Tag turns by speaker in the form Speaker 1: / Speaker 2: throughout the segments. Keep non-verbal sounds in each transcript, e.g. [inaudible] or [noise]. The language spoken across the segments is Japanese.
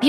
Speaker 1: 美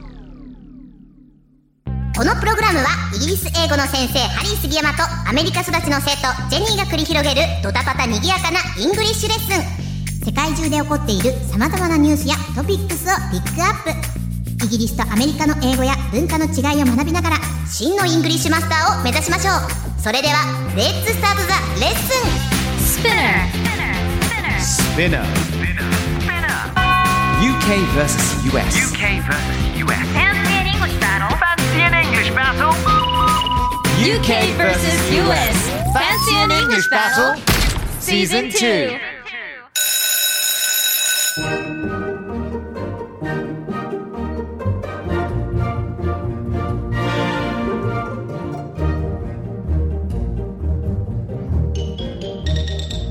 Speaker 2: このプログラムはイギリス英語の先生ハリー杉山とアメリカ育ちの生徒ジェニーが繰り広げるドタパタにぎやかなイングリッシュレッスン世界中で起こっている様々なニュースやトピックスをピックアップイギリスとアメリカの英語や文化の違いを学びながら真のイングリッシュマスターを目指しましょうそれではレッツスタートザレッスン
Speaker 3: Spinner. UK versus US.
Speaker 4: UK versus US. Fancy an English battle. Fancy an English battle.
Speaker 3: UK versus US. Fancy an English battle? Season 2.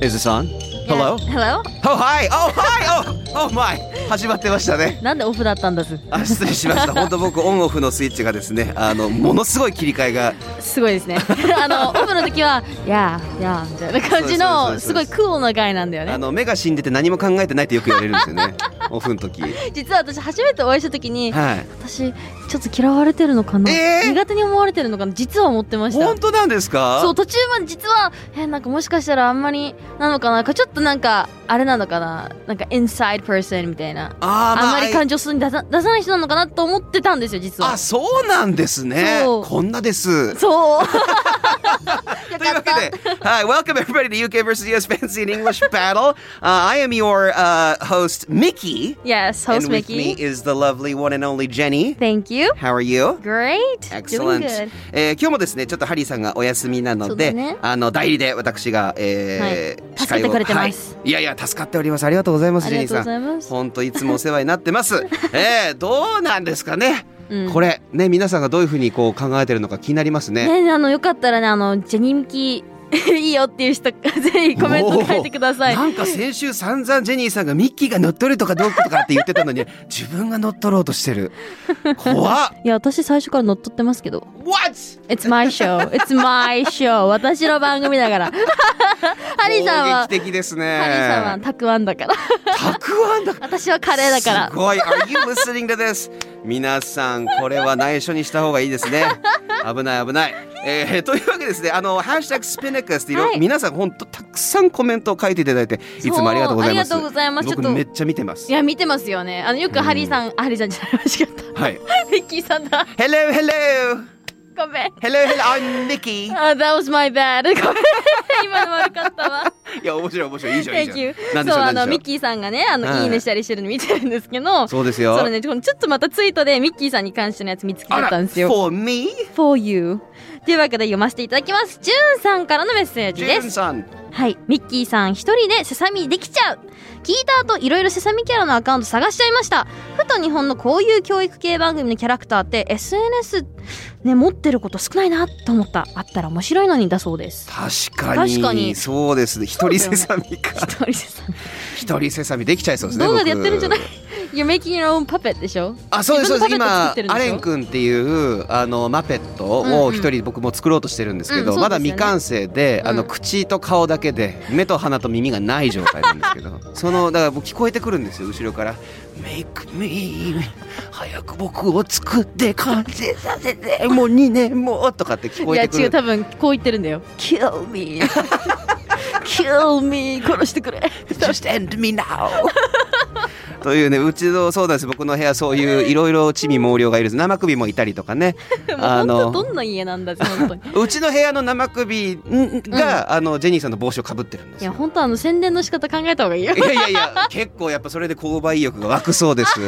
Speaker 5: えずさん Hello?
Speaker 6: Hello?
Speaker 5: Oh, hi! Oh, hi! Oh, oh my! [laughs] 始まってましたね。
Speaker 6: なんでオフだったんだす
Speaker 5: あ、失礼しま
Speaker 6: [laughs]
Speaker 5: した。本当僕、オンオフのスイッチがですね、あの、ものすごい切り替えが、
Speaker 6: すごいで
Speaker 5: [laughs]
Speaker 6: すねあのオフの時は「やあやあ」みたいな感じ
Speaker 5: そうそうそうそう
Speaker 6: のすごいクールな回なんだよ
Speaker 5: あ
Speaker 6: ね
Speaker 5: の、目が死んでて何も考えてないってよく言われるんですよ
Speaker 6: [laughs]
Speaker 5: ね。オフの時。は
Speaker 6: 実は私初めてお会いした時に、
Speaker 5: い。
Speaker 6: 私ちょっと嫌われてるのかな、
Speaker 5: えー
Speaker 6: 苦手に思われてるのかな実は思ってました
Speaker 5: 本当なんですか
Speaker 6: そう途中まで実はえなんかもしかしたらあんまりなのかなちょっとなんかあれなのかななんか inside person みたいな
Speaker 5: あ
Speaker 6: あ
Speaker 5: ー、まあ、
Speaker 6: んまり感情素に出さ出さない人なのかなと思ってたんですよ実は
Speaker 5: あ、そうなんですね
Speaker 6: そ。う
Speaker 5: こんなです。 [laughs]
Speaker 6: そう [laughs] よ
Speaker 5: という
Speaker 6: か
Speaker 5: わ
Speaker 6: った
Speaker 5: けで、はい、welcome everybody to UK versus US Fancy and English Battle.、Uh, I am your、uh, host, Mickey.
Speaker 6: Yes, host
Speaker 5: and with me
Speaker 6: Mickey.
Speaker 5: is the lovely one and only Jenny.
Speaker 6: Thank you.
Speaker 5: How are you?
Speaker 6: Great. Doing
Speaker 5: Excellent.
Speaker 6: good.
Speaker 5: えー今日もですね、ちょっとハリーさんがお休みなので、
Speaker 6: そうだね
Speaker 5: あの代理で私が、えー
Speaker 6: はい
Speaker 5: 司会を
Speaker 6: 助けてくれてます
Speaker 5: はい。いやいや助かっております。ありがとうございます、
Speaker 6: あ
Speaker 5: ジェニ
Speaker 6: り
Speaker 5: ー
Speaker 6: がとう
Speaker 5: さ
Speaker 6: ござい
Speaker 5: ん。
Speaker 6: ます。
Speaker 5: 本当いつもお世話になって
Speaker 6: [laughs]
Speaker 5: ます。えー、どうなんですかね。
Speaker 6: うん
Speaker 5: これね皆さんがどういうふうにこう考えてるのか気になりますね。
Speaker 6: ね、あのよかったらね、あのジェニミキいいよっていう人 [laughs] ぜひコメント書いてください。
Speaker 5: なんか先週散々ジェニーさんがミッキーが乗っ取るとかどうかとかって言ってたのに自分が乗っ取ろうとして
Speaker 6: [laughs]
Speaker 5: る。怖っ。
Speaker 6: いや、私最初から乗っ取ってますけど。
Speaker 5: What?
Speaker 6: It's my show. It's my show. 私の番組
Speaker 5: [laughs]
Speaker 6: だから。ハリーさんは、ハ
Speaker 5: 攻撃的ですね。
Speaker 6: リーさんはたくあんだから。
Speaker 5: たくあんだ。
Speaker 6: 私はカレーだから
Speaker 5: す。ごい。Are you listening to this? 皆さん、これは内緒にした方がいいです
Speaker 6: [laughs]
Speaker 5: ね。危ない危ない。えー、というわけでですね、あの、ハッシュタグスピネカスっていろ、
Speaker 6: はい
Speaker 5: 皆さん本当たくさんコメントを書いていただいて、いつもありがとうございます。
Speaker 6: そうありがとうございますちょっ
Speaker 5: 僕
Speaker 6: と
Speaker 5: めっちゃ見てます
Speaker 6: い。や、見てますよね。あのよくハリーさん、ハリーさんじゃない、間違っ
Speaker 5: はい。
Speaker 6: た。ミッキーさんだ。
Speaker 5: Hello, hello!
Speaker 6: ごめん。
Speaker 5: Hello, hello, I'm Mickey!
Speaker 6: あ、that was my bad. ごめん。今の悪かったわ。
Speaker 5: いや、面白い面白い。いいじゃん、いい
Speaker 6: Thank
Speaker 5: じゃ
Speaker 6: you
Speaker 5: ん。なんでし
Speaker 6: そ
Speaker 5: ょ
Speaker 6: う
Speaker 5: う、
Speaker 6: あ
Speaker 5: なんでしょう。
Speaker 6: のミッキーさんがねあの、
Speaker 5: はい
Speaker 6: い、いねしたりしてるの見てるんですけど
Speaker 5: そうですよ。
Speaker 6: それねちょっとまたツイートでミッキーさんに関してのやつ見つけちゃったんですよ
Speaker 5: For me?
Speaker 6: For you というわけで読ませていただきますジュンさんからのメッセー
Speaker 5: ジ
Speaker 6: ジで
Speaker 5: ュン
Speaker 6: す
Speaker 5: さん。
Speaker 6: はいミッキーさん一人でセサミできちゃう聞いた後いろいろセサミキャラのアカウント探しちゃいましたふと日本のこういう教育系番組のキャラクターって SNS ね持ってること少ないなと思ったあったら面白いのにだそ
Speaker 5: [laughs]
Speaker 6: うです
Speaker 5: 確かに。
Speaker 6: 確かに
Speaker 5: そうですね。一人セサミか。
Speaker 6: 一人セサミ
Speaker 5: 一人セサミできちゃいそうですね。
Speaker 6: 動画でやってるんじゃない
Speaker 5: 僕
Speaker 6: [laughs] You're making your own puppet でしょ
Speaker 5: あそうですそう
Speaker 6: 自
Speaker 5: です
Speaker 6: 分の
Speaker 5: 今
Speaker 6: パペット作ってるんでしょ
Speaker 5: アレン君っていうあのマペットを一人僕も作ろうとしてるんですけど、
Speaker 6: うんうん
Speaker 5: まだ
Speaker 6: そうです
Speaker 5: 未
Speaker 6: よね
Speaker 5: 完成で、あの
Speaker 6: うん
Speaker 5: 口と顔だけで目と鼻と耳がない状態なんですけど
Speaker 6: [laughs]
Speaker 5: そのだから僕聞こえてくるんですよ後ろから「Make me 早く僕を作って完成させてもう2年も」とかって聞こ
Speaker 6: い
Speaker 5: え
Speaker 6: や
Speaker 5: てく
Speaker 6: 違う
Speaker 5: る
Speaker 6: 多分こう言ってるんだよ Kill me [laughs] Kill me 殺してくれ
Speaker 5: Just end me now というねうちのそうなんです僕の部屋そういういろいろ地味毛量がいるんです生首もいたりとかね
Speaker 6: 本当どんな家なんだって本当
Speaker 5: [laughs]
Speaker 6: に
Speaker 5: うちの部屋の生首んが、あのジェニーさんの帽子をかぶってるんで
Speaker 6: い
Speaker 5: す
Speaker 6: や
Speaker 5: よ。
Speaker 6: 本当あの宣伝の仕方考えた方がいいよ
Speaker 5: いやいやいや結構やっぱそれで購買意欲が湧くそう
Speaker 6: [laughs]
Speaker 5: です。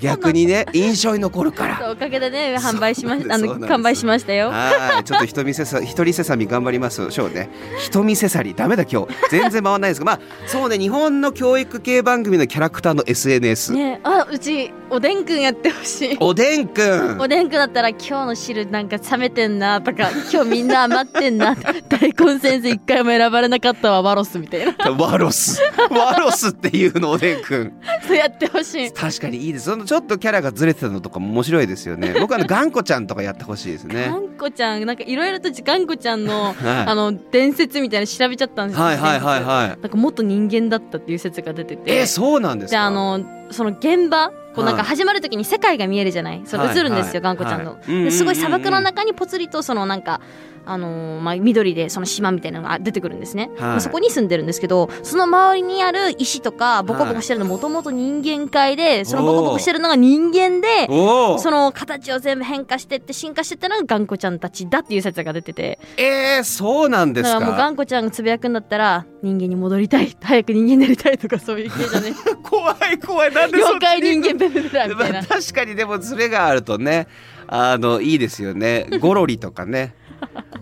Speaker 5: 逆にね印象に残るから。
Speaker 6: おかげでね販売しまし
Speaker 5: そう
Speaker 6: あ
Speaker 5: なんですそうなんです
Speaker 6: の完売しましたよ
Speaker 5: はいちょっと人見せさ一人せさみ頑張りますしょうね。人見せさりダメだ今日全然回らないですがまあそうね日本の教育系番組のキャラクターの SNS。
Speaker 6: ねあうちおでんくんやってほしい
Speaker 5: おでんくん
Speaker 6: おでんくんだったら今日の汁なんか冷めてんなとか今日みんな余ってんな大根先生一回も選ばれなかったわワロスみたいな
Speaker 5: ワロスワロスっていうのおでんくん
Speaker 6: そうやってほしい
Speaker 5: 確かにいいですそのちょっとキャラがずれてたのとかも面白いですよ
Speaker 6: [laughs]
Speaker 5: ね僕あの頑固ちゃんとかやってほしいですね
Speaker 6: ガンコちゃんなんかいろいろとガンコちゃんの
Speaker 5: はい
Speaker 6: あの伝説みたいなの調べちゃったんですよ
Speaker 5: はいはいはいはい
Speaker 6: なんか元人間だったっていう説が出てて
Speaker 5: えそうなんですか
Speaker 6: じゃああのその現場こうなん
Speaker 5: は
Speaker 6: か
Speaker 5: い
Speaker 6: 始まる時に世界が見えるじゃない、そ
Speaker 5: は
Speaker 6: う
Speaker 5: い
Speaker 6: 映るんです
Speaker 5: は
Speaker 6: よ、ガ
Speaker 5: い
Speaker 6: ンコちゃんの、
Speaker 5: はいうんうんうんうん
Speaker 6: ですごい砂漠の中にぽつりとそのなんかあのーまあ、緑でその島みたいなのが出てくるんですね、
Speaker 5: はい
Speaker 6: まあそこに住んでるんですけどその周りにある石とかボコボコしてるのもともと人間界でそのボコボコしてるのが人間で
Speaker 5: おお
Speaker 6: その形を全部変化してって進化してったのがガンコちゃんたちだっていう説が出てて
Speaker 5: えー、そうなんで
Speaker 6: だ
Speaker 5: す
Speaker 6: からもうガ
Speaker 5: か
Speaker 6: ンコちゃんがつぶやくんだったら人間に戻りたい [laughs] 早く人間になりたいとかそういう系じゃ
Speaker 5: [laughs]
Speaker 6: ね
Speaker 5: 怖い怖いなんでそ
Speaker 6: 妖
Speaker 5: っち
Speaker 6: 怪人間ベブブラみたい
Speaker 5: ま
Speaker 6: な
Speaker 5: あ確かに [laughs] でもズレがあるとねあのいいですよ
Speaker 6: [laughs]
Speaker 5: ねゴロリとかね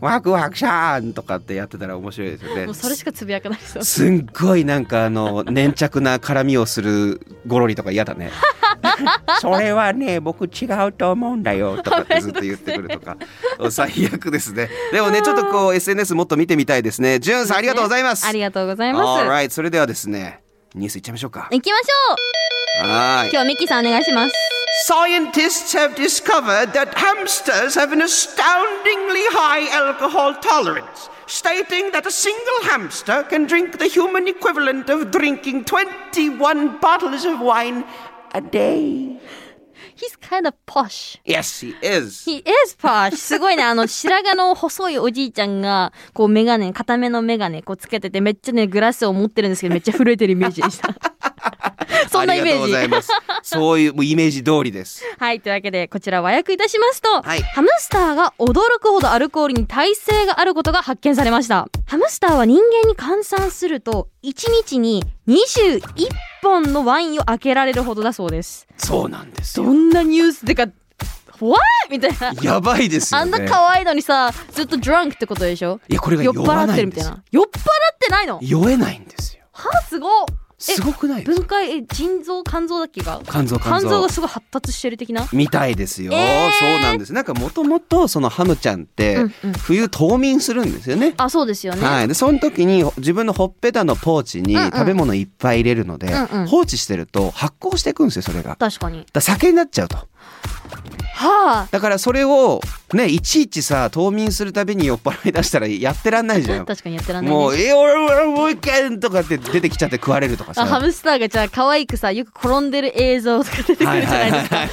Speaker 5: ワクワクシャーンとかってやってたら面白いですよね
Speaker 6: もうそれしかつぶやかないですよ。
Speaker 5: すんごいなんかあの粘着な絡みをするゴロリとか嫌だ
Speaker 6: [laughs]
Speaker 5: ねそれはね僕違うと思うんだよとかってずっ
Speaker 6: [laughs]
Speaker 5: と言ってくるとか最悪ですねでもねちょっとこう SNS もっと見てみたいですねじゅんさんありがとうございます
Speaker 6: ありがとうございま
Speaker 5: a
Speaker 6: す。
Speaker 5: l right それではですねニュースいっちゃいましょうか
Speaker 6: 行きましょう。
Speaker 5: はーい
Speaker 6: 今日ミッキーさんお願いします。
Speaker 7: Scientists have discovered that hamsters have an astoundingly high alcohol tolerance, stating that a single hamster can drink the human equivalent of drinking 21 bottles of wine a day.
Speaker 6: He's kind of posh.
Speaker 5: Yes he is
Speaker 6: He is posh. すごいね。あの、白髪の細いおじいちゃんが、こう、メガネ、固めのメガネ、こう、つけてて、めっちゃね、グラスを持ってるんですけど、めっちゃ震えてるイメージ
Speaker 5: [laughs]
Speaker 6: でした。そんなイメ
Speaker 5: [laughs] ありがとうござい
Speaker 6: ージ。
Speaker 5: ますそういうもうイメージ通りです
Speaker 6: はい。というわけで、こちら和訳いたしますと、
Speaker 5: はい
Speaker 6: ハムスターが驚くほどアルコールに耐性があることが発見されました。ハムスターは人間に換算すると、1日に21本のワインを開けられるほどだそうです。
Speaker 5: そうなんです
Speaker 6: ど
Speaker 5: よ
Speaker 6: んなニュースでか、わーみたいな。
Speaker 5: やばいですよ
Speaker 6: あん
Speaker 5: ね
Speaker 6: な可愛いのにさ、ずっとドランクってことでしょ
Speaker 5: いやこれが
Speaker 6: 酔っ
Speaker 5: 酔わ
Speaker 6: 払っ
Speaker 5: な
Speaker 6: て
Speaker 5: い
Speaker 6: る
Speaker 5: んで
Speaker 6: みたい
Speaker 5: すよ
Speaker 6: な。酔っ払ってないの
Speaker 5: 酔えないんですよ
Speaker 6: 歯すごっ
Speaker 5: すごくないです
Speaker 6: 分
Speaker 5: か
Speaker 6: 解、え、腎臓、肝臓だっけが
Speaker 5: 肝臓肝
Speaker 6: 肝
Speaker 5: 臓
Speaker 6: 臓がすごい発達してる的な
Speaker 5: みたいですよ、
Speaker 6: えー
Speaker 5: そうなんですなんかもともとそのハムちゃんって
Speaker 6: うんうん
Speaker 5: 冬冬眠するんですよね、
Speaker 6: あ、そうですよね。
Speaker 5: はい、でその時に自分のほっぺたのポーチに
Speaker 6: うんうん
Speaker 5: 食べ物いっぱい入れるので、
Speaker 6: うんうん
Speaker 5: 放置してると発酵していくんですよそれが。だか
Speaker 6: 確かに。
Speaker 5: ら酒になっちゃうと
Speaker 6: はあ。
Speaker 5: だからそれをねいちいちさ冬眠するたびに酔っ払い出したらやってらんないじゃん
Speaker 6: 確かにやってらんない、ね。
Speaker 5: もう「え俺はもう一回」とかって出てきちゃって食われるとかさ
Speaker 6: あハムスターがじゃあ可愛くさよく転んでる映像とか出てくるじゃないですか、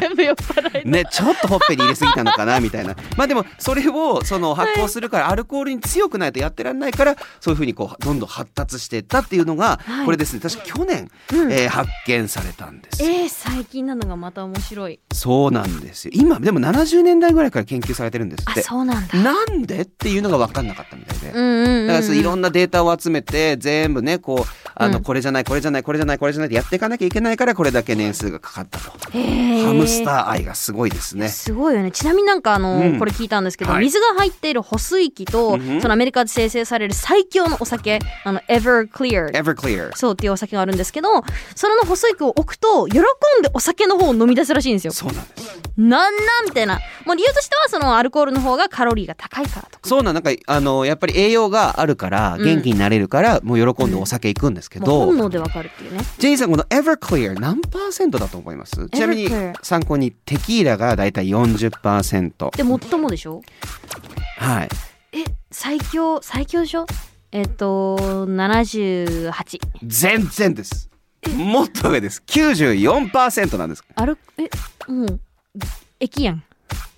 Speaker 6: 全部酔っ払い
Speaker 5: ね、ちょっとほっぺに入れすぎたのかなみた
Speaker 6: [laughs]
Speaker 5: いなまあでもそれをその発酵するからアルコールに強くないとやってらんないからそういうふうにこうどんどん発達していったっていうのが、
Speaker 6: はい
Speaker 5: これですね確か去年、えー発見されたんですよ
Speaker 6: えー、最近なのがまた面白い
Speaker 5: そうなんですよ今でも70年代ぐらいから研究されてるんですっ
Speaker 6: あ
Speaker 5: て
Speaker 6: そうなんだ
Speaker 5: なんでっていうのが分かんなかったみたいで。
Speaker 6: うんうんうん、うん、
Speaker 5: だからそういろんなデータを集めて全部ねこうあのこれじゃないこれじゃないこれじゃないこれじゃないってやっていかなきゃいけないからこれだけ年数がかかったと、
Speaker 6: へー
Speaker 5: ハムスター愛がすごいですね
Speaker 6: すごいよね。ちなみになんかあの、
Speaker 5: うん
Speaker 6: これ聞いたんですけど、
Speaker 5: はい
Speaker 6: 水が入っている保水器と、
Speaker 5: うんうん
Speaker 6: そのアメリカで生成される最強のお酒、あの、Everclear。
Speaker 5: Everclear
Speaker 6: そうっていうお酒があるんですけど、それの保水器を置くと、喜んでお酒の方を飲み出すらしいんですよ。
Speaker 5: そうなんです。
Speaker 6: なんなんみたいな。もう理由としては、そのアルコールの方がカロリーが高いからとか。
Speaker 5: そうなんなんかあのやっぱり栄養があるから
Speaker 6: うん
Speaker 5: 元気になれるから、もう喜んでお酒行くんですけ
Speaker 6: もう
Speaker 5: ど、
Speaker 6: 本能でわかるっていうね。
Speaker 5: ジェイさんこの Everclear 何パーセントだと思います？ちなみに
Speaker 6: Everclear
Speaker 5: 参考にテキーラがだいたい40%。
Speaker 6: で、もっともでしょ
Speaker 5: はい。
Speaker 6: え、最強、最強でしょえっと、78。
Speaker 5: 全然です。もっと上です。94%なんです。
Speaker 6: ある、え、もう、駅やん。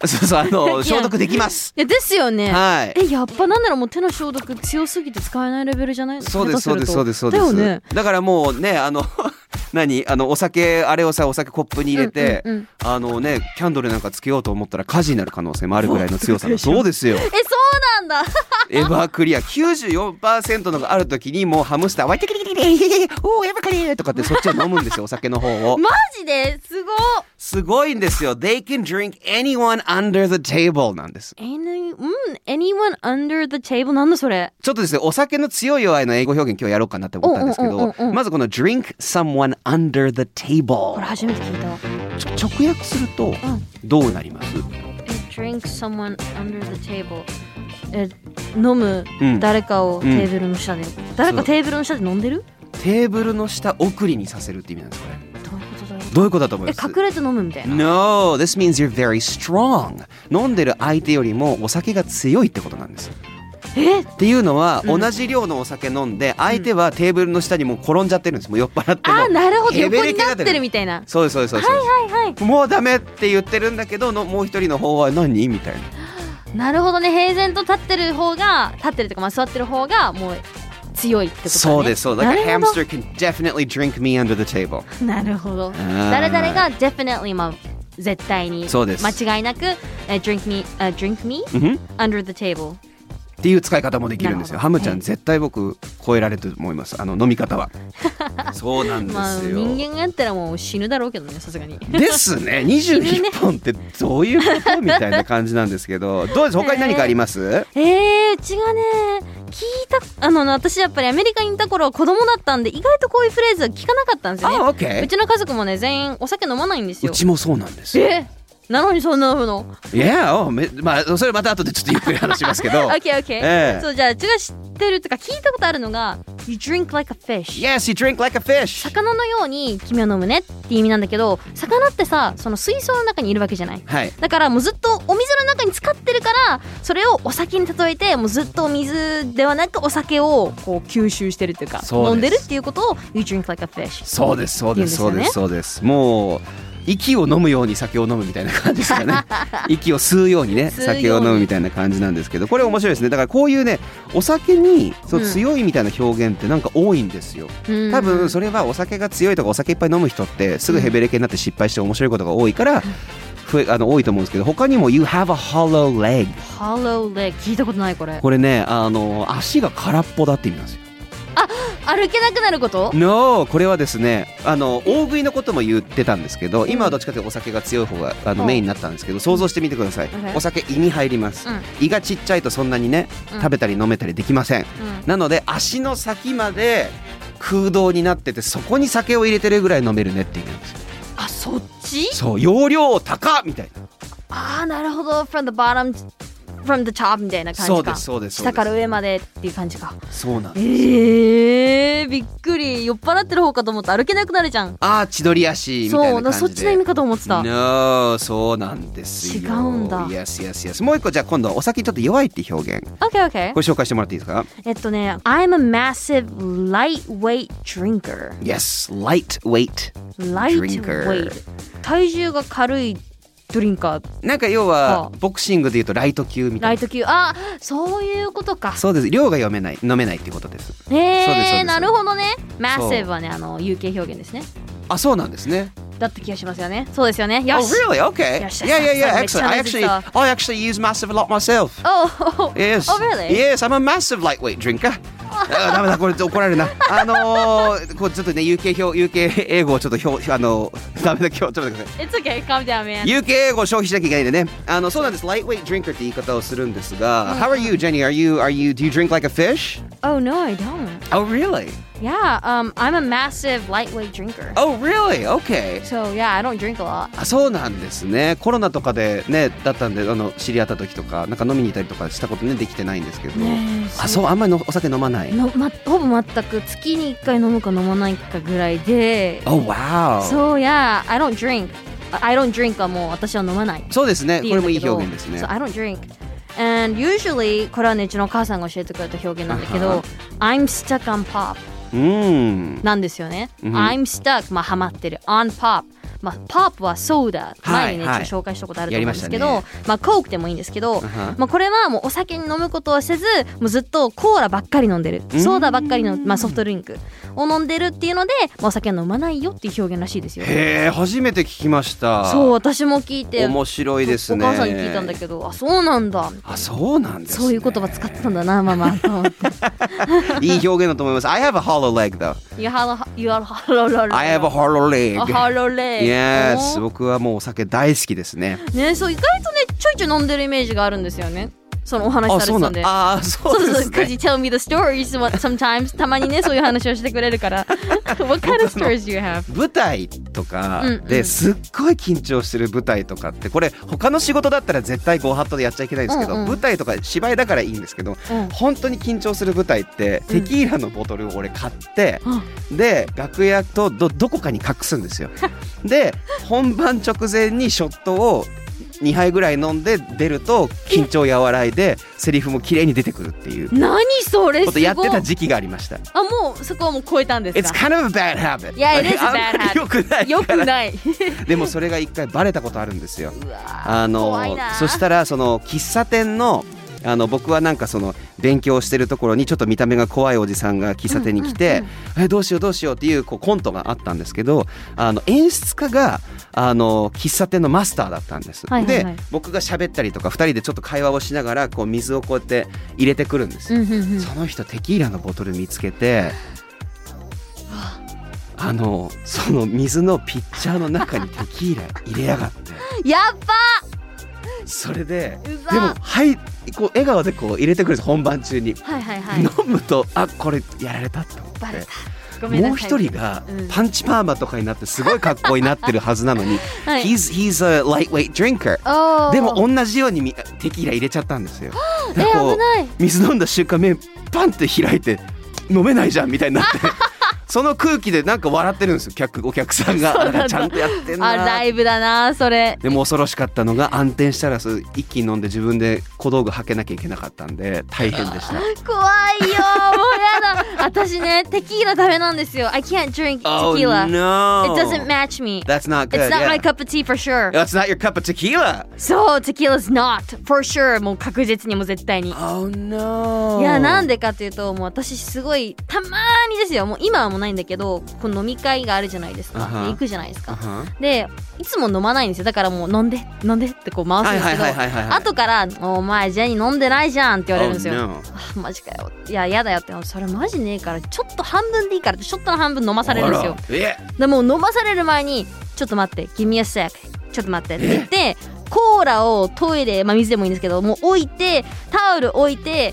Speaker 6: い
Speaker 5: そうそうあの消毒できます。
Speaker 6: や、ですよね。
Speaker 5: はい。
Speaker 6: えやっぱなんならもう手の消毒強すぎて使えないレベルじゃない
Speaker 5: そうですそ
Speaker 6: 下
Speaker 5: う
Speaker 6: 手
Speaker 5: ですす
Speaker 6: る
Speaker 5: そう
Speaker 6: と
Speaker 5: ですそうです。
Speaker 6: だよね
Speaker 5: だからもうねあの何あのお酒あれをさお酒コップに入れて、
Speaker 6: うんうんうん
Speaker 5: あのねキャンドルなんかつけようと思ったら火事になる可能性もあるぐらいの強さだそうですよ。
Speaker 6: えそうなんだ [laughs]
Speaker 5: エバークリア94%のがある時にもうハムスター「わいてきりきりきりおーエバークリア」とかってそっちを飲むんですよお酒の方を
Speaker 6: マジですごっ
Speaker 5: すごいんですよ「They can drink anyone under the table」なんです
Speaker 6: Any- うん Anyone under the table なんだそれ
Speaker 5: ちょっとですねお酒の強い弱いの英語表現今日やろうかなって思ったんですけ
Speaker 6: うんうん
Speaker 5: ど
Speaker 6: うんうん
Speaker 5: まずこの「drink someone under the
Speaker 6: こ
Speaker 5: table
Speaker 6: れ初めて聞いたわ」
Speaker 5: ちょ直訳するとどうなります
Speaker 6: Drink someone under the table え飲む
Speaker 5: うん
Speaker 6: 誰かをテーブルの下で、誰かテーブルの下で飲んでる
Speaker 5: テーブルの下送りにさせるって意味なんですこれ
Speaker 6: どういうことだろ
Speaker 5: どういうことだと思いう
Speaker 6: え
Speaker 5: ます
Speaker 6: 隠れて飲むみたいな
Speaker 5: No, this means you're very strong. 飲んでる相手よりもお酒が強いってことなんです。
Speaker 6: え
Speaker 5: っていうのは、
Speaker 6: うん
Speaker 5: 同じ量のお酒飲んで相手はテーブルの下にもう転んじゃってるんです。もう酔っ払って
Speaker 6: あー
Speaker 5: も。
Speaker 6: なるほど
Speaker 5: ヘベ
Speaker 6: 横
Speaker 5: レ
Speaker 6: に
Speaker 5: ケ
Speaker 6: な
Speaker 5: が
Speaker 6: っ
Speaker 5: 出る
Speaker 6: てるみたいな
Speaker 5: そうですそうですそうです。
Speaker 6: はいはい
Speaker 5: もうダメって言ってるんだけどのもう一人の方は何みたいな。
Speaker 6: なるほどね平然と立ってる方が立ってるとかまあ座ってる方がもう強いってことだね
Speaker 5: そうですそう。だ
Speaker 6: な
Speaker 5: から
Speaker 6: るほ
Speaker 5: hamster can definitely drink me under the table。
Speaker 6: どなるほど
Speaker 5: ー
Speaker 6: 誰々が definitely まあ絶対に
Speaker 5: そうです
Speaker 6: 間違いなくえ drink me、え drink me
Speaker 5: うんふんっ
Speaker 6: under the table
Speaker 5: ていう使い方もできるんですよ。
Speaker 6: なる
Speaker 5: ハ
Speaker 6: ほど
Speaker 5: ムちゃん絶対僕超えられると思います。あの飲み方
Speaker 6: [laughs]
Speaker 5: は。そうなんで
Speaker 6: まあ
Speaker 5: すよ。
Speaker 6: 人間がやったらもう死ぬだろうけどねさすがに
Speaker 5: ですね21本ってどういうことみたいな感じなんですけど
Speaker 6: [laughs]
Speaker 5: どうです他に何かあります、
Speaker 6: [laughs] えー、うちがね聞いたあの私やっぱりアメリカにいた頃子供だったんで意外とこういうフレーズは聞かなかったんですよね
Speaker 5: あ OK
Speaker 6: うちの家族もね全員お酒飲まないんです
Speaker 5: う
Speaker 6: よ
Speaker 5: ちもそうなんですよ。
Speaker 6: えなのにそんな飲むの
Speaker 5: いや、おめまあそれまた後でちょっとゆっくり話しますけ
Speaker 6: [laughs]
Speaker 5: ど
Speaker 6: オ。ッケーオッケ
Speaker 5: ええ
Speaker 6: ー。そうじゃあ違う知ってるとか聞いたことあるのが You drink like a fish。
Speaker 5: yes, you drink like a fish.
Speaker 6: 魚のように君は飲むねって意味なんだけど魚ってさその水槽の中にいるわけじゃない
Speaker 5: はい。
Speaker 6: だからもうずっとお水の中に浸かってるからそれをお酒に例えてもうずっとお水ではなくお酒をこう吸収してるっていうか
Speaker 5: そうです
Speaker 6: 飲んでるっていうことを You drink like a fish
Speaker 5: そうですそうですそうですそうです。もう息を飲むように酒を飲むみたいな感じですか
Speaker 6: [laughs]
Speaker 5: ね。息を吸うようにね
Speaker 6: 吸うように
Speaker 5: 酒を飲むみたいな感じなんですけど、これ面白いですね。だからこういうねお酒にそう
Speaker 6: うん
Speaker 5: 強いみたいな表現ってなんか多いんですよ。多分それはお酒が強いとかお酒いっぱい飲む人ってすぐヘベレケになって失敗して面白いことが多いから、ふえあの多いと思うんですけど他にも「You have a hollow leg
Speaker 6: Hollow leg 聞いたことないこ」れ
Speaker 5: これねあの足が空っぽだって意味なんですよ。
Speaker 6: 歩けなくなること
Speaker 5: No これはですねあの大食いのことも言ってたんですけど今はどっちかというとお酒が強い方があの
Speaker 6: うん
Speaker 5: メインになったんですけど想像してみてください
Speaker 6: Okay
Speaker 5: お酒胃に入ります
Speaker 6: うん
Speaker 5: 胃がちっちゃいとそんなにね
Speaker 6: うん
Speaker 5: 食べたり飲めたりできません
Speaker 6: うん
Speaker 5: なので足の先まで空洞になっててそこに酒を入れてるぐらい飲めるねって意味なんですよ
Speaker 6: あそっち
Speaker 5: そう容量高っみたいな
Speaker 6: ああなるほど from the bottom from the top みたいな感じか
Speaker 5: そうですそうですそうです
Speaker 6: 下から上までっていう感じか
Speaker 5: そうなんです
Speaker 6: えー、びっくり酔っ払ってる方かと思った歩けなくなるじゃん
Speaker 5: ああ千鳥足みたいな
Speaker 6: そう
Speaker 5: 感じで
Speaker 6: なそっちの意味かと思ってた
Speaker 5: No そうなんですよ
Speaker 6: 違うんだ
Speaker 5: Yes yes yes もう一個じゃあ今度はお酒ちょっと弱いって表現
Speaker 6: OKOK
Speaker 5: これ紹介してもらっていいですか
Speaker 6: えっとね I'm a massive lightweight drinker
Speaker 5: Yes lightweight Drinker
Speaker 6: lightweight 体重が軽いドリンカー
Speaker 5: なんか要
Speaker 6: は
Speaker 5: は
Speaker 6: あ
Speaker 5: ボクシングで言うとライト級みた
Speaker 6: ラ
Speaker 5: い
Speaker 6: イ
Speaker 5: な
Speaker 6: ト級あそういうことか
Speaker 5: そうです量が読めない飲めないってことですそうですそう
Speaker 6: え
Speaker 5: で
Speaker 6: ー、
Speaker 5: す
Speaker 6: なるほどね massive はねあの有形表現ですね
Speaker 5: あそうなんですね
Speaker 6: だった気がしますよねそうですよねよ
Speaker 5: Oh
Speaker 6: し、
Speaker 5: really okay Yeah yeah
Speaker 6: Yes, yes, yes,
Speaker 5: yeah
Speaker 6: that makes
Speaker 5: excellent I
Speaker 6: sense,
Speaker 5: actually
Speaker 6: it's
Speaker 5: I actually use massive a lot myself
Speaker 6: Oh, [laughs]
Speaker 5: Yes.
Speaker 6: Oh, really?
Speaker 5: Yes, I'm a massive lightweight
Speaker 6: [laughs]
Speaker 5: drinker. あダメだこれ怒られるな。あのー、こうちょっとね UK 表 UK 英語をちょっと表あのダメだ今日ちょっと待ってください。
Speaker 6: it's okay. Calm down, man.
Speaker 5: UK 英語を消費しなきゃいけないんでね。あのそうなんです。lightweight drinker って言い方をするんですが、How are you, Jenny? Are you are you do you drink like a fish?
Speaker 6: oh no, I don't.
Speaker 5: Oh really?
Speaker 6: Yeah, um, I'm a massive lightweight drinker.
Speaker 5: Oh really? Okay.
Speaker 6: So yeah, I don't drink a lot.
Speaker 5: あそうなんですねコロナとかでねだったんであの知り合った時とかなんか飲みに行ったりとかしたことねできてないんですけど、あそうあんまりのお酒飲まない
Speaker 6: のまほぼ全く月に1回飲むか飲まないかぐらいで。
Speaker 5: Oh wow
Speaker 6: そういや、I don't drink. I don't drink はもう私は飲まない。
Speaker 5: そうですねこ
Speaker 6: ってい
Speaker 5: れ
Speaker 6: うん
Speaker 5: も
Speaker 6: だ
Speaker 5: い
Speaker 6: け
Speaker 5: い
Speaker 6: ど
Speaker 5: 表現ですね
Speaker 6: So I don't drink. And usually これはねうちのお母さんが教えてくれた表現なんだけ
Speaker 5: あ
Speaker 6: ど
Speaker 5: は、
Speaker 6: I'm stuck on pop
Speaker 5: うん。
Speaker 6: なんですよね。
Speaker 5: うん
Speaker 6: I'm stuck まあハマってる on pop まあ、パープはソーダ
Speaker 5: はい
Speaker 6: 前にね、
Speaker 5: はい
Speaker 6: ちょっと紹介したことあると思うんです
Speaker 5: やり
Speaker 6: け
Speaker 5: ま
Speaker 6: どま、あ、コークでもいいんですけど、
Speaker 5: は
Speaker 6: まあ、これはもうお酒に飲むことはせずもうずっとコーラばっかり飲んでるソーダばっかりの、まあ、ソフトドリンクを飲んでるっていうので、まあ、お酒は飲まないよっていう表現らしいですよ。
Speaker 5: へえ初めて聞きました
Speaker 6: そう私も聞いて
Speaker 5: 面白いですね
Speaker 6: お母さんに聞いたんだけどあそうなんだ
Speaker 5: あそうなんです、ね、
Speaker 6: そういう言葉使ってたんだな
Speaker 5: [laughs]
Speaker 6: ママと思って
Speaker 5: いい表現だと思います I have a hollow leg though
Speaker 6: You have a, you are hollow
Speaker 5: I have a hollow leg
Speaker 6: a hollow leg
Speaker 5: Yes
Speaker 6: お
Speaker 5: 僕はもうお酒大好きですね
Speaker 6: ねそう意外とねちょいちょい飲んでるイメージがあるんですよねそのお話し
Speaker 5: あ
Speaker 6: され
Speaker 5: そうな
Speaker 6: てた
Speaker 5: んん
Speaker 6: で
Speaker 5: だあそ
Speaker 6: そう
Speaker 5: う
Speaker 6: そう
Speaker 5: で
Speaker 6: そう
Speaker 5: す
Speaker 6: Cause you
Speaker 5: ね
Speaker 6: tell me the stories what- sometimes たまにねそういう話をしてくれるから
Speaker 5: [laughs]
Speaker 6: What kind of stories you have?
Speaker 5: 舞台とか
Speaker 6: うんうん
Speaker 5: ですっごい緊張してる舞台とかってこれ他の仕事だったら絶対ご法度でやっちゃいけないんですけど、
Speaker 6: うんうん
Speaker 5: 舞台とか芝居だからいいんですけど
Speaker 6: うん
Speaker 5: 本当に緊張する舞台ってテキーラのボトルを俺買って、
Speaker 6: うん
Speaker 5: で楽屋とどどこかに隠すん
Speaker 6: [laughs]
Speaker 5: ですよ。で本番直前にショットを2杯ぐらい飲んで出ると緊張和らいでセリフも綺麗に出てくるっていう
Speaker 6: 何それ
Speaker 5: こ
Speaker 6: すご
Speaker 5: と
Speaker 6: い
Speaker 5: やってた時期がありました。
Speaker 6: あもうそこはもう超えたんです
Speaker 5: It's
Speaker 6: か
Speaker 5: kind of a bad habit.
Speaker 6: Yeah, it is a
Speaker 5: [laughs] あんま
Speaker 6: bad
Speaker 5: り
Speaker 6: habit.
Speaker 5: 良くない
Speaker 6: よ
Speaker 5: か
Speaker 6: く
Speaker 5: ら
Speaker 6: ない
Speaker 5: でもそれが一回バレたことあるんですよ。
Speaker 6: うわー
Speaker 5: あ
Speaker 6: 怖い
Speaker 5: の
Speaker 6: な
Speaker 5: そしたらその喫茶店のあの僕はなんかその勉強してるところにちょっと見た目が怖いおじさんが喫茶店に来て、えどうしようどうしようっていうこうコントがあったんですけどあの演出家があの喫茶店のマスターだったんです、
Speaker 6: はいはいはい
Speaker 5: で僕が喋ったりとか2人でちょっと会話をしながらこう水をこうやって入れてくるんです
Speaker 6: う
Speaker 5: よ、
Speaker 6: んうんうん
Speaker 5: その人テキーラのボトル見つけてあのその水のピッチャーの中にテキーラ入れやがって。
Speaker 6: やっば
Speaker 5: それで
Speaker 6: うざ
Speaker 5: でもはいこう笑顔でこう入れてくるんです本番中に、
Speaker 6: はいはいはい
Speaker 5: 飲むとあこれやられたって思って
Speaker 6: バレごめんなさい
Speaker 5: もう一人が
Speaker 6: うん
Speaker 5: パンチパーマとかになってすごい格好になってるはずなのに、
Speaker 6: [laughs] はい
Speaker 5: he's, he's a lightweight drinker
Speaker 6: おー
Speaker 5: でも同じようにみテキーラ入れちゃったん
Speaker 6: [gasps]
Speaker 5: ですよ。
Speaker 6: え
Speaker 5: でこう
Speaker 6: 危ない
Speaker 5: 水飲んだ瞬間目パンって開いて飲めないじゃんみたいになって
Speaker 6: [laughs]
Speaker 5: その空気でなんか笑ってるんですよ客お客さんがなんかちゃんとやってんな
Speaker 6: あ
Speaker 5: ーって
Speaker 6: ライブだなそれ
Speaker 5: でも恐ろしかったのが暗転したらそう一気に飲んで自分で小道具履けなきゃいけなかったんで大変でした。
Speaker 6: 怖いよもうやだ私ねテキーラダメなんですよ I can't drink tequila、
Speaker 5: no!
Speaker 6: It doesn't match me
Speaker 5: That's not good.
Speaker 6: It's not
Speaker 5: yeah.
Speaker 6: my cup of tea for sure
Speaker 5: That's not your cup of tequila.
Speaker 6: そう tequila's not for sure もう確実にもう絶対に
Speaker 5: Oh no!
Speaker 6: いやなん
Speaker 5: で
Speaker 6: でかっていうともう私すごいたまーにですよもう今はもうないんだけどこう飲み会があるじゃないですか、
Speaker 5: あは
Speaker 6: で行くじゃないですか、でいつも飲まないんですよだからもう飲んで飲んでってこう回すんですけど、
Speaker 5: はいはいはいはいはいはい
Speaker 6: 後から「お前ジェニー飲んでないじゃん」って言われるんですよ、
Speaker 5: Oh, no.
Speaker 6: [sighs] あマジかよいややだよってそれマジねえからちょっと半分でいいからってちょっとの半分飲まされるんですよ
Speaker 5: あらえ
Speaker 6: でもう飲まされる前に「ちょっと待って Give me a sec ちょっと待って」って言ってコーラをトイレ、まあ、水でもいいんですけどもう置いてタオル置いて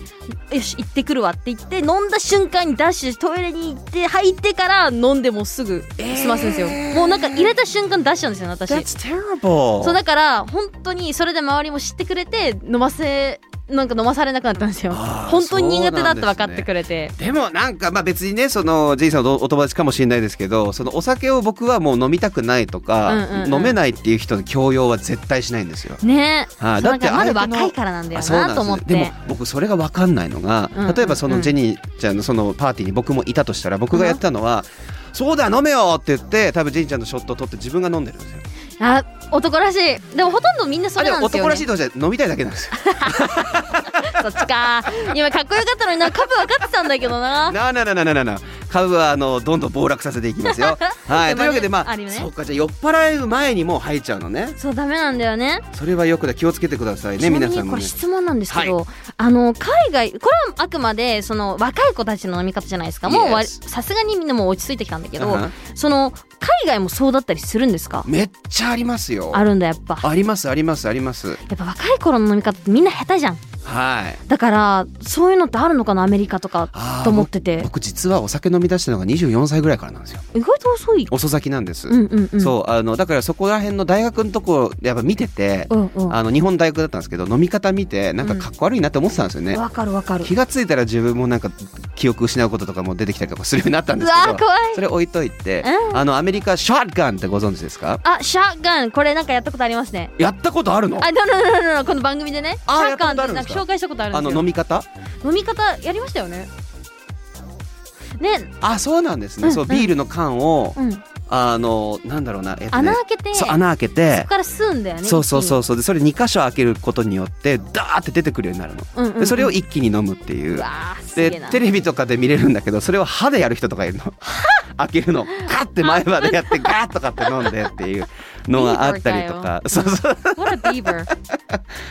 Speaker 6: よし行ってくるわって言って飲んだ瞬間にダッシュトイレに行って入ってから飲んでもうすぐ済ますんですよ、もうなんか入れた瞬間出しちゃうんですよね私
Speaker 5: That's terrible.
Speaker 6: そうだから本当にそれで周りも知ってくれて飲ませなんか飲まされなくなったんですよ
Speaker 5: あー
Speaker 6: 本当に苦手だっ
Speaker 5: そう
Speaker 6: て
Speaker 5: なんですね
Speaker 6: 分かってくれて、
Speaker 5: でもなんかまあ別にねそのジェイさんのお友達かもしれないですけどそのお酒を僕はもう飲みたくないとか、
Speaker 6: うんうんうん
Speaker 5: 飲めないっていう人の強要は絶対しないんですよ。
Speaker 6: ね
Speaker 5: はい
Speaker 6: そうなんか
Speaker 5: だって
Speaker 6: まだ
Speaker 5: 相手の
Speaker 6: 若いからなんだよ
Speaker 5: あそうなん
Speaker 6: な
Speaker 5: です
Speaker 6: と思っ
Speaker 5: でも
Speaker 6: て
Speaker 5: 僕それが分かんないのが、
Speaker 6: うん
Speaker 5: 例えばそ
Speaker 6: うんう
Speaker 5: の
Speaker 6: ん
Speaker 5: ジェニーちゃんのそのパーティーに僕もいたとしたら僕がやってたのは「そうだ飲めよ!」って言って多分ジェニーちゃんのショットを取って自分が飲んでるんですよ。
Speaker 6: あ男らしいでもほとんどみんなそ
Speaker 5: あ
Speaker 6: れ
Speaker 5: で
Speaker 6: なん
Speaker 5: も
Speaker 6: ですよ
Speaker 5: 男ら
Speaker 6: ね
Speaker 5: しいとじゃ飲みたいだけなんですよ。
Speaker 6: [laughs] そっちか今かっこよかったのにな株分かってたんだけどな
Speaker 5: なあなあなあなあなあなあ株はあのどんどん暴落させていきます
Speaker 6: [laughs]
Speaker 5: よ。はい、
Speaker 6: で
Speaker 5: と
Speaker 6: もね
Speaker 5: いうわけでまあ
Speaker 6: あるよね
Speaker 5: そうかじゃあ酔っ払う前にもう入っちゃうのね。
Speaker 6: そうダメなんだよね
Speaker 5: それはよくだ気をつけてくださいね
Speaker 6: ちな
Speaker 5: 皆
Speaker 6: み
Speaker 5: さん
Speaker 6: に
Speaker 5: も
Speaker 6: これ
Speaker 5: ね。
Speaker 6: 質問なんですけど、あの海外これはあくまでその若い子たちの飲み方じゃないですかもうわ
Speaker 5: Yes
Speaker 6: さすがにみんなもう落ち着いてきたんだけど、
Speaker 5: うん
Speaker 6: その海外もそうだったりするんですか
Speaker 5: めっちゃありますよ。
Speaker 6: あるんだやっぱ
Speaker 5: ありますありますあります。
Speaker 6: やっぱ若い頃の飲み方ってみんな下手じゃん
Speaker 5: はい。
Speaker 6: だからそういうのってあるのかなアメリカとか
Speaker 5: あー
Speaker 6: と思ってて
Speaker 5: 僕実はお酒飲み出したのが24歳ぐらいからなんですよ。
Speaker 6: 意外と遅い
Speaker 5: 遅咲きなんです。
Speaker 6: うんうんうん
Speaker 5: そうあのだからそこら辺の大学のとこやっぱ見てて、
Speaker 6: うんうん
Speaker 5: あの日本大学だったんですけど飲み方見てなんかかっこ悪いなって思ってたんですよね、
Speaker 6: わかるわかる
Speaker 5: 気がついたら自分もなんか記憶失うこととかも出てきたりとかするようになったん
Speaker 6: う
Speaker 5: です
Speaker 6: わ
Speaker 5: け
Speaker 6: ー
Speaker 5: ど
Speaker 6: 怖い
Speaker 5: それ置いといて、
Speaker 6: うん
Speaker 5: あのアメリカショットガンってご存知ですか
Speaker 6: あシャーガンこれなんかやったことありますね
Speaker 5: やったことあるの
Speaker 6: あ、no, no, no, no, no, この番組でね、
Speaker 5: あ
Speaker 6: シャーガン
Speaker 5: やった
Speaker 6: って
Speaker 5: ことあるんで
Speaker 6: なん
Speaker 5: す
Speaker 6: か
Speaker 5: か
Speaker 6: 紹介したことある
Speaker 5: あ
Speaker 6: んで
Speaker 5: の
Speaker 6: すよ。
Speaker 5: 飲み方
Speaker 6: 飲み方やりましたよね。ね、
Speaker 5: あそうなんですね、
Speaker 6: うん
Speaker 5: そう
Speaker 6: うん
Speaker 5: ビールの缶を
Speaker 6: うん、
Speaker 5: あのなんだろうな、えっとね
Speaker 6: 穴開けて
Speaker 5: そう穴開け
Speaker 6: そ
Speaker 5: て
Speaker 6: こから吸うんだよね
Speaker 5: そうそうそううそうでそれ2箇所開けることによってダーって出てくるようになるの、
Speaker 6: うんうんうん
Speaker 5: でそれを一気に飲むっていう
Speaker 6: うわーすげえ
Speaker 5: で
Speaker 6: な
Speaker 5: テレビとかで見れるんだけどそれを歯でやる人とかいる
Speaker 6: [laughs]
Speaker 5: の開けるのガッて前までやってガーッとかって飲んでっていうのがあった
Speaker 6: [laughs]
Speaker 5: りとかそうそう
Speaker 6: ほらビーバー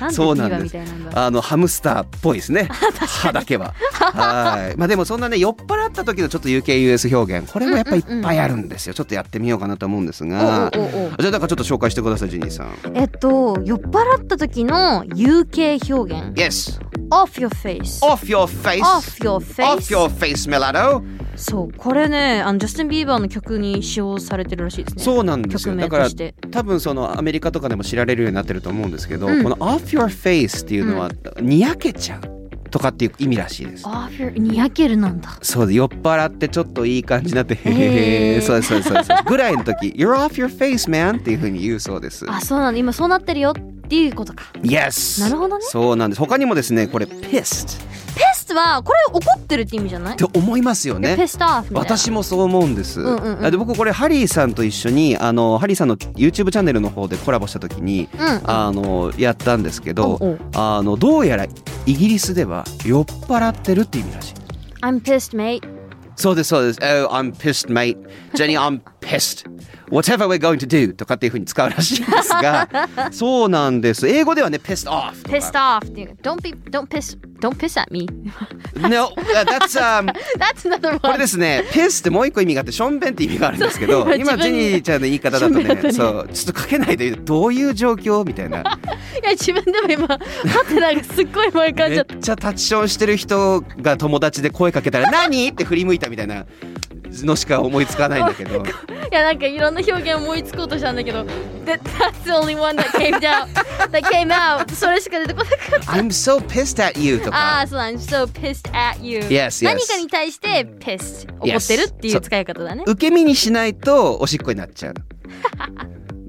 Speaker 6: なんでビ
Speaker 5: そうな
Speaker 6: ー
Speaker 5: んで
Speaker 6: バ
Speaker 5: す
Speaker 6: ーみたいなんだ
Speaker 5: あのハムスターっぽいです
Speaker 6: [laughs]
Speaker 5: ね歯だけははいまあでもそんなね酔っ払った時のちょっと UKUS 表現これもやっぱいっぱいあるんですよちょっとやってみようかなと思うんですが
Speaker 6: おうおうおうおう
Speaker 5: じゃあなんかちょっと紹介してくださいジニーさん
Speaker 6: えっと酔っ払った時の有形表現
Speaker 5: Yes
Speaker 6: off your face
Speaker 5: off your face
Speaker 6: Off your face
Speaker 5: off your face Melado
Speaker 6: そうこれねあのジャスティン・ビーバーの曲に使用されてるらしいですね
Speaker 5: そうなんですよ
Speaker 6: 曲
Speaker 5: だ
Speaker 6: 名
Speaker 5: か
Speaker 6: と
Speaker 5: ら
Speaker 6: して
Speaker 5: 多分そのアメリカとかでも知られるようになってると思うんですけど、
Speaker 6: うん
Speaker 5: この「off your face」っていうのは、にやけちゃうとかっていう意味らしいです。
Speaker 6: off your にやけるなんだ
Speaker 5: そうで酔っ払ってちょっといい感じになって「へへ
Speaker 6: へ
Speaker 5: へ」
Speaker 6: ー
Speaker 5: そうですそうですそうですぐらいの時「You're off your face man」っていうふうに言うそうです。
Speaker 6: あそうなんだ今そうなってるよっていうことか
Speaker 5: Yes!
Speaker 6: なるほどね
Speaker 5: そうなんです他にもですねこれ「pissed」っ
Speaker 6: ペストはこれ怒ってるって意味じゃない
Speaker 5: て思いますよね。
Speaker 6: ペストオフみたいな
Speaker 5: 私もそう思うんです、
Speaker 6: うんうんうん
Speaker 5: で僕これハリーさんと一緒にあのハリーさんの YouTube チャンネルの方でコラボした時に、
Speaker 6: うん
Speaker 5: あのやったんですけど、
Speaker 6: おうおう
Speaker 5: あのどうやらイギリスでは酔っ払ってるって意味らしい
Speaker 6: I'm pissed mate
Speaker 5: そうですそうです Oh I'm pissed mate Jenny I'm pissed Whatever we're going to do とかっていうふうに使うらしいんです
Speaker 6: [laughs]
Speaker 5: がそうなんです英語ではね pissed off とか
Speaker 6: pissed off っていう don't be don't piss don't piss at me [laughs]
Speaker 5: No that's um
Speaker 6: that's another
Speaker 5: これ
Speaker 6: one
Speaker 5: ですね、ペースってもう一個意味があって、ションベンって意味があるんですけ
Speaker 6: そ
Speaker 5: ど、
Speaker 6: う
Speaker 5: 今ジ
Speaker 6: 自
Speaker 5: ェ
Speaker 6: 分
Speaker 5: ニ
Speaker 6: で
Speaker 5: ーちゃんの言い方だと
Speaker 6: ションベンだ
Speaker 5: ね、
Speaker 6: ね
Speaker 5: そう、ちょっと書けないで、どういう状況みたいな。
Speaker 6: いや自分でも今ハテナがすっごい前かん
Speaker 5: め
Speaker 6: じゃ
Speaker 5: っ
Speaker 6: った
Speaker 5: ちゃタッチションしてる人が友達で声かけたら、何って振り向いたみたいな。のしか思いつかないんだ
Speaker 6: [laughs]
Speaker 5: けど。
Speaker 6: いやなんかいろんな表現思いつこうとしたんだけど that, That's the only one that came out that came out それしか出てこなか
Speaker 5: [laughs]
Speaker 6: った
Speaker 5: I'm so pissed at you と
Speaker 6: あ
Speaker 5: か
Speaker 6: あ。そうなん I'm so pissed at you
Speaker 5: Yes, yes.
Speaker 6: 何かに対して pissed 怒ってるってい
Speaker 5: Yes. そう
Speaker 6: う使い方だね
Speaker 5: 受け身にしないと、おしっこになっちゃう。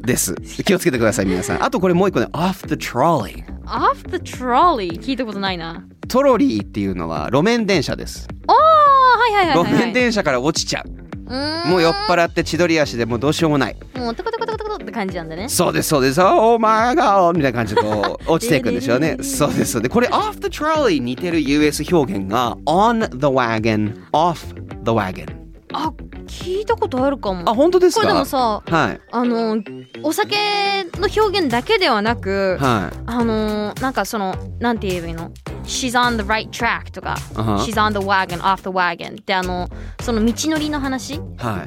Speaker 5: です。
Speaker 6: [laughs]
Speaker 5: 気をつけてください、皆さん。あと、これもう一個ね、off the trolley。
Speaker 6: off the trolley 聞いたことないな
Speaker 5: トロリーっていうのは路面電車です。
Speaker 6: ああはいはいはい
Speaker 5: 路
Speaker 6: はい、はい、
Speaker 5: 面電車から落ちちゃう。
Speaker 6: うーん
Speaker 5: もう酔っ払って千鳥足でもうどうしようもない。
Speaker 6: もうトコトコトコトコって感じなんだね
Speaker 5: そうですそうです。Oh my god! みたいな感じでこ
Speaker 6: [laughs]
Speaker 5: う落ちていくんですよね。
Speaker 6: で
Speaker 5: そうですそうです。これ off the trolley に似てる US 表現が on the wagon, off the wagon。
Speaker 6: あ聞いたことあるかも
Speaker 5: あ、本当です
Speaker 6: こ
Speaker 5: か
Speaker 6: れでもさ
Speaker 5: はい。
Speaker 6: あのお酒の表現だけではなく、
Speaker 5: はい。
Speaker 6: あのー、なんかそのなんて言えばいいの She's on the right track とか、
Speaker 5: あは
Speaker 6: She's on the wagon, off the wagon ってあのその道のりの話
Speaker 5: は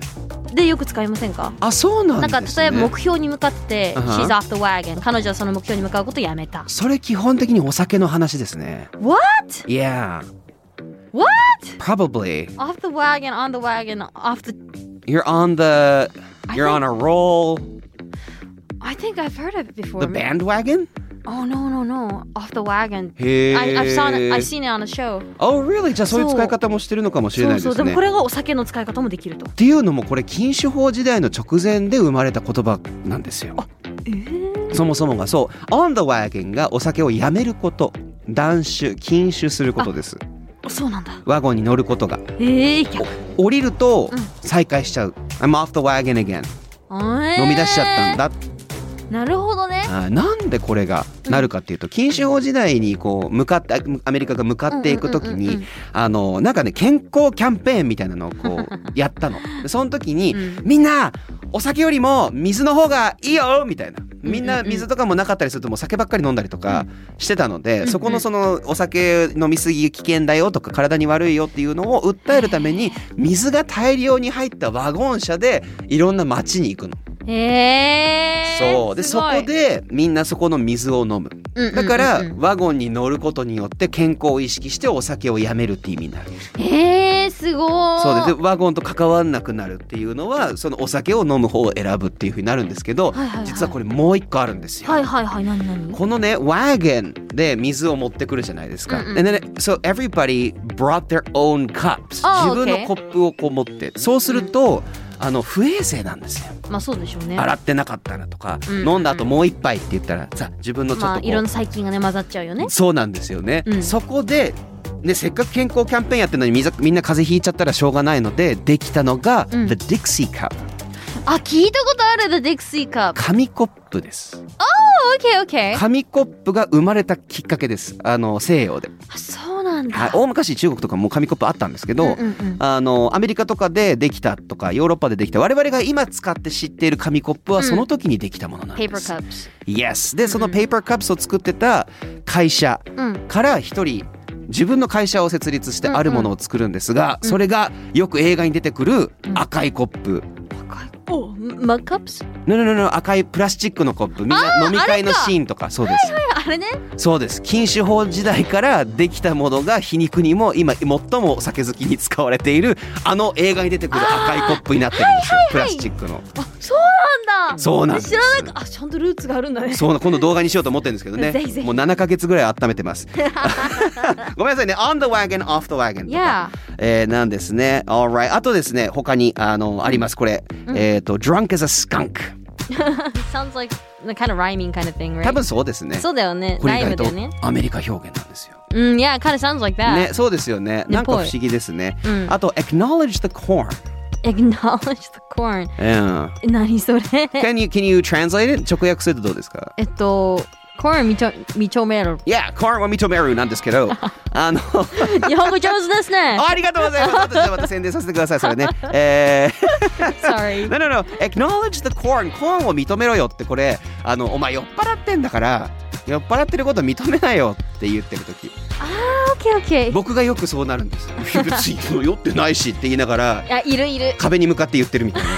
Speaker 5: い。
Speaker 6: でよく使いませんか
Speaker 5: あ、そうなん
Speaker 6: な
Speaker 5: で
Speaker 6: ん
Speaker 5: すね。
Speaker 6: か例えば目標に向かって、
Speaker 5: あは
Speaker 6: She's off the wagon 彼女はその目標に向かうことをやめた
Speaker 5: それ基本的にお酒の話ですね。
Speaker 6: What?
Speaker 5: Yeah,
Speaker 6: What?
Speaker 5: probably.
Speaker 6: Off the wagon, on the wagon, off the
Speaker 5: You're on the You're on a roll.
Speaker 6: I think I've heard of it before
Speaker 5: The bandwagon?
Speaker 6: Oh no no no off the wagon
Speaker 5: へ
Speaker 6: I, I've, seen it,
Speaker 5: え。
Speaker 6: I've seen it on a show
Speaker 5: Oh really? じゃあそういう
Speaker 6: そう
Speaker 5: 使い方もしてるのかもしれ
Speaker 6: そ
Speaker 5: ないうです
Speaker 6: そ
Speaker 5: ね。
Speaker 6: うでもこれがお酒の使い方もできると
Speaker 5: っていうのもこれ禁酒法時代の直前で生まれた言葉なんですよ。そもそもがそう「on the wagon」がお酒をやめること断酒禁酒することです
Speaker 6: そうなんだ
Speaker 5: ワゴンに乗ることが
Speaker 6: ええー、
Speaker 5: 降りると
Speaker 6: うん
Speaker 5: 再開しちゃう「I'm off the wagon again」
Speaker 6: 飲
Speaker 5: [laughs] 飲み出しちゃったんだ、
Speaker 6: なるほどね
Speaker 5: あーなんでこれがなるかっていうと禁酒法時代にこう向かってあアメリカが向かっていく時
Speaker 6: うんうんうんうんう
Speaker 5: に
Speaker 6: ん
Speaker 5: あのなんかね健康キャンペーンみたいなのをこうやったのでその時に、
Speaker 6: うん
Speaker 5: みんなお酒よりも水の方がいいよみたいなみん
Speaker 6: うん
Speaker 5: な
Speaker 6: うんうん
Speaker 5: 水とかもなかったりするともう酒ばっかり飲んだりとかしてたので、
Speaker 6: うん
Speaker 5: そこのそのお酒飲みすぎ危険だよとか体に悪いよっていうのを訴えるために水が大量に入ったワゴン車でいろんな街に行くの。
Speaker 6: へえ
Speaker 5: そうでそこ、でみんなそこの水を飲む
Speaker 6: うんうんうんう
Speaker 5: だ
Speaker 6: ん
Speaker 5: からワゴンに乗ることによって健康を意識してお酒をやめるって意味になる
Speaker 6: へえすごい
Speaker 5: そうですでワゴンと関わんなくなるっていうのはそのお酒を飲む方を選ぶっていうふうになるんですけど
Speaker 6: はいはいはい
Speaker 5: 実はこれもう一個あるんですよ
Speaker 6: はいはいはい何何
Speaker 5: このねワーゲンで水を持ってくるじゃないですか。
Speaker 6: うんうん
Speaker 5: And then so everybody brought their own cups
Speaker 6: あー
Speaker 5: 自分の
Speaker 6: OK
Speaker 5: コップをこう持ってそうするとあの不衛生なんですよ。
Speaker 6: まあそうでしょうね
Speaker 5: 洗ってなかったなとか、
Speaker 6: うん
Speaker 5: 飲んだ後もう一杯って言ったらさ自分のちょっとこ
Speaker 6: まあ
Speaker 5: う
Speaker 6: いろんな細菌がね混ざっちゃうよね
Speaker 5: そうなんですよね、
Speaker 6: うん
Speaker 5: そこで、ね、せっかく健康キャンペーンやってるのにみざみんな風邪ひいちゃったらしょうがないのでできたのが、
Speaker 6: うん
Speaker 5: The Dixie Cup
Speaker 6: あ聞いたことある The Dick Sea Cup
Speaker 5: 紙コップです。
Speaker 6: OK OK
Speaker 5: 紙コップが生まれたきっかけです。あの西洋で。
Speaker 6: あそうなんだ、
Speaker 5: はい、大昔中国とかも紙コップあったんですけど、
Speaker 6: うんうん
Speaker 5: あのアメリカとかでできたとかヨーロッパでできた我々が今使って知っている紙コップはその時にできたものなん
Speaker 6: ペ
Speaker 5: で
Speaker 6: ーパー
Speaker 5: す。
Speaker 6: カップス
Speaker 5: yes。でそのペーパーカップスを作ってた会社
Speaker 6: うん
Speaker 5: から一人自分の会社を設立してあるものを作るんですが、それがよく映画に出てくる赤いコップ、
Speaker 6: おマックカップス
Speaker 5: ぬるぬる赤いプラスチックのコップみんな飲み会のシーンとかそうです、
Speaker 6: [laughs] あれね
Speaker 5: そうです禁酒法時代からできたものが皮肉にも今最もお酒好きに使われているあの映画に出てくる赤いコップになってるんですよプラスチックの
Speaker 6: あ [laughs] そうなんだ
Speaker 5: そうなんです
Speaker 6: 知らなかったあちゃんとルーツがあるん [laughs] だね
Speaker 5: そうな今度動画にしようと思ってるんですけどね
Speaker 6: ぜひぜひ
Speaker 5: もう7ヶ月ぐらい温めてます
Speaker 6: [laughs]
Speaker 5: ごめんなさいね on the wagon off the wagon とか、
Speaker 6: Yeah
Speaker 5: えーなんですね alright あとですね他にあのありますこれ、えっ、と drunk as a skunk
Speaker 6: [laughs] Sounds like the kind of rhyming kind of thing right
Speaker 5: 多分そうですね
Speaker 6: そうだよね
Speaker 5: こ
Speaker 6: ラ
Speaker 5: れ
Speaker 6: イ
Speaker 5: 意
Speaker 6: ム
Speaker 5: 外
Speaker 6: だよ
Speaker 5: と
Speaker 6: ね
Speaker 5: アメリカ表現なんですよ
Speaker 6: うん Yeah it kind of sounds like that
Speaker 5: ね、そうですよね。
Speaker 6: ね
Speaker 5: なんか不
Speaker 6: ぽい
Speaker 5: 思議ですね。
Speaker 6: うん
Speaker 5: あと、acknowledge the corn.
Speaker 6: Acknowledge the corn [laughs]
Speaker 5: うん
Speaker 6: え
Speaker 5: [laughs]
Speaker 6: 何それ
Speaker 5: Can you, can you translate it? 直訳するとどうですか
Speaker 6: えっと Corn 認認
Speaker 5: [laughs]
Speaker 6: める
Speaker 5: Yeah, corn は認めるなんですけ
Speaker 6: [laughs]
Speaker 5: ど、あの、
Speaker 6: 日本語上手ですね
Speaker 5: ありがとうござい
Speaker 6: [laughs]
Speaker 5: ます。あとじゃあまた宣伝させてください、それね。えー [laughs]
Speaker 6: Sorry
Speaker 5: No, no, no. Acknowledge the corn. コーンを認めろよってこれ、あの、お前酔っ払ってんだから、酔っ払ってること認めないよって言ってる時
Speaker 6: OK OK
Speaker 5: 僕がよくそうなるん
Speaker 6: [laughs]
Speaker 5: です。別に酔ってないしって言いながら、
Speaker 6: あいるいる
Speaker 5: 壁に向かって言ってるみたいな。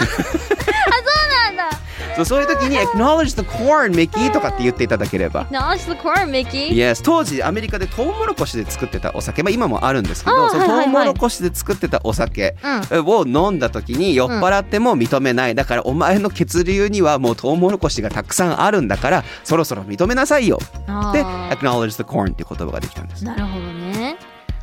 Speaker 6: なんだ
Speaker 5: そうそういう時
Speaker 6: [laughs]
Speaker 5: に「Acknowledge the corn, Mickey」とかって言っていただければ。
Speaker 6: Acknowledge the corn Mickey
Speaker 5: Yes、当時アメリカでトウモロコシで作ってたお酒、まあ、今もあるんですけど
Speaker 6: あー
Speaker 5: その
Speaker 6: はいはいは
Speaker 5: ト
Speaker 6: い
Speaker 5: ウモロコシで作ってたお酒
Speaker 6: うん
Speaker 5: を飲んだ時に酔っ払っても認めない、だからお前の血流にはもうトウモロコシがたくさんあるんだからそろそろ認めなさいよ
Speaker 6: あ
Speaker 5: で
Speaker 6: ー
Speaker 5: Acknowledge the corn っていう言葉ができたんです
Speaker 6: なるほどね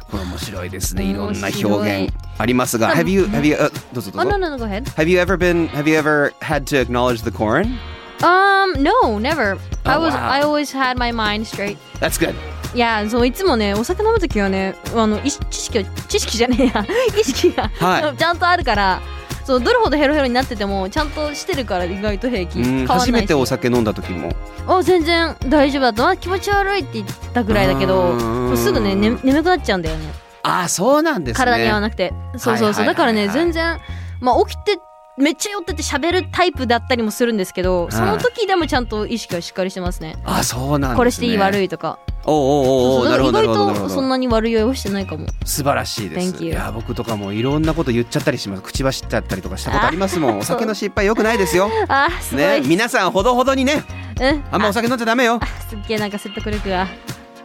Speaker 5: これ面白いですねいろ
Speaker 6: 面
Speaker 5: んな
Speaker 6: 白い
Speaker 5: 表現ありますが
Speaker 6: 多分
Speaker 5: Have you, have you, あどうぞど
Speaker 6: あ
Speaker 5: う
Speaker 6: no
Speaker 5: ぞ
Speaker 6: no no go ahead
Speaker 5: Have you ever been, have you ever had to acknowledge the corn?
Speaker 6: Um no never I was
Speaker 5: wow.
Speaker 6: I always had my mind straight
Speaker 5: That's good
Speaker 6: いやそういつもねお酒飲む時はねあの意識知識が知識じゃねえや [laughs] 意識が、
Speaker 5: は
Speaker 6: [laughs] ちゃんとあるからそうどれほどヘロヘロになっててもちゃんとしてるから意外と平気
Speaker 5: うん
Speaker 6: 変わんないし
Speaker 5: 初めてお酒飲んだ時も
Speaker 6: あ全然大丈夫だとあ気持ち悪いって言ったぐらいだけ
Speaker 5: う
Speaker 6: ど
Speaker 5: ーん
Speaker 6: もうすぐねね眠くなっちゃうんだよね
Speaker 5: ああそうなんですね
Speaker 6: 体に合わなくてそうそうそう
Speaker 5: はいはいはいはい
Speaker 6: だからね全然まあ起きてめっちゃ酔ってて喋るタイプだったりもするんですけど
Speaker 5: い
Speaker 6: その時でもちゃんと意識はしっかりしてますね
Speaker 5: あそうなんですね
Speaker 6: これしていい悪
Speaker 5: い
Speaker 6: いとか
Speaker 5: おうおうおうおう
Speaker 6: そう
Speaker 5: なる
Speaker 6: そ
Speaker 5: ほどな
Speaker 6: うだから
Speaker 5: る
Speaker 6: 意
Speaker 5: ほどなる
Speaker 6: 外
Speaker 5: ほ
Speaker 6: と
Speaker 5: ど
Speaker 6: そんなに悪酔いをしてないかも
Speaker 5: 素晴らしいです
Speaker 6: Thank you
Speaker 5: いや僕とかもいろんなこと言っちゃったりします口走っちゃったりとかしたことありますもんお酒の失敗よくないですよ
Speaker 6: あーすごい、
Speaker 5: ね皆さんほどほどにね
Speaker 6: うん
Speaker 5: あんまお酒飲んじゃダメよ
Speaker 6: すっげえなんか説得力が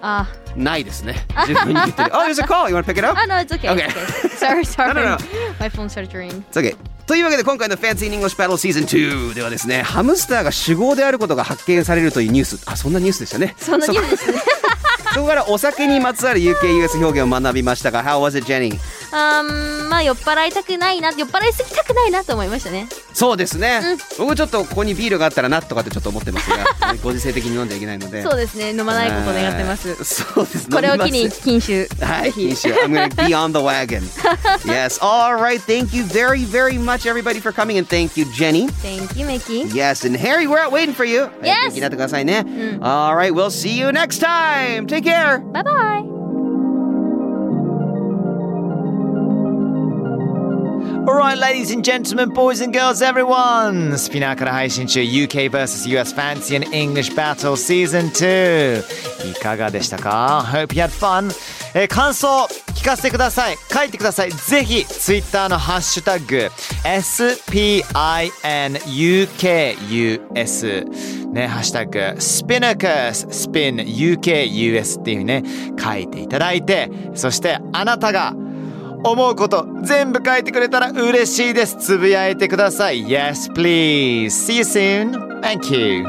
Speaker 6: あ
Speaker 5: ないですね自分に言ってる Oh there's a call you wanna pick it
Speaker 6: ー
Speaker 5: up?
Speaker 6: あ no it's okay,
Speaker 5: Okay.
Speaker 6: it's okay. sorry sorry
Speaker 5: No, no, no.
Speaker 6: my phone started to ring
Speaker 5: It's okay というわけで今回の Fancy in English Battle Season 2ではですねハムスターが酒豪であることが発見されるというニュースあそんなニュースでしたね
Speaker 6: そんなニュースですね
Speaker 5: [laughs] そこからお酒にまつわる UKUS 表現を学びましたが How was it Jenny?
Speaker 6: あーまあ酔っ払いたくないな酔っ払いすぎたくないなと思いましたね
Speaker 5: そうですね、僕ちょっとここにビールがあったらなとかってちょっと思って
Speaker 6: [laughs]
Speaker 5: ますがご時世的に飲んじゃいけないので
Speaker 6: そうですね飲まないことを願ってます
Speaker 5: えーそうです
Speaker 6: これを機
Speaker 5: 飲み
Speaker 6: に
Speaker 5: ます
Speaker 6: 禁酒 [laughs]
Speaker 5: はい、禁酒 I'm gonna be on the wagon Yes, alright, thank you very very much everybody for coming and thank you Jenny
Speaker 6: Thank you, Mickey.
Speaker 5: Yes, and Harry, we're out waiting for you はい
Speaker 6: Yes
Speaker 5: 元気になってくださいね、Alright, we'll see you next time Take care
Speaker 6: Bye bye.
Speaker 3: ー Alright, ladies and gentlemen, boys and girls, everyone! スピナーから配信中 UK vs.US Fancy and English Battle Season 2! いかがでしたか ?Hope you had fun! えー感想聞かせてください書いてくださいぜひ Twitter のハッシュタグ SPINUKUS ね、ハッシュタグ SPINUKUS SPINUKUS っていうね書いていただいてそしてあなたが思うこと全部書いてくれたら嬉しいですつぶやいてください Yes please See you soon Thank you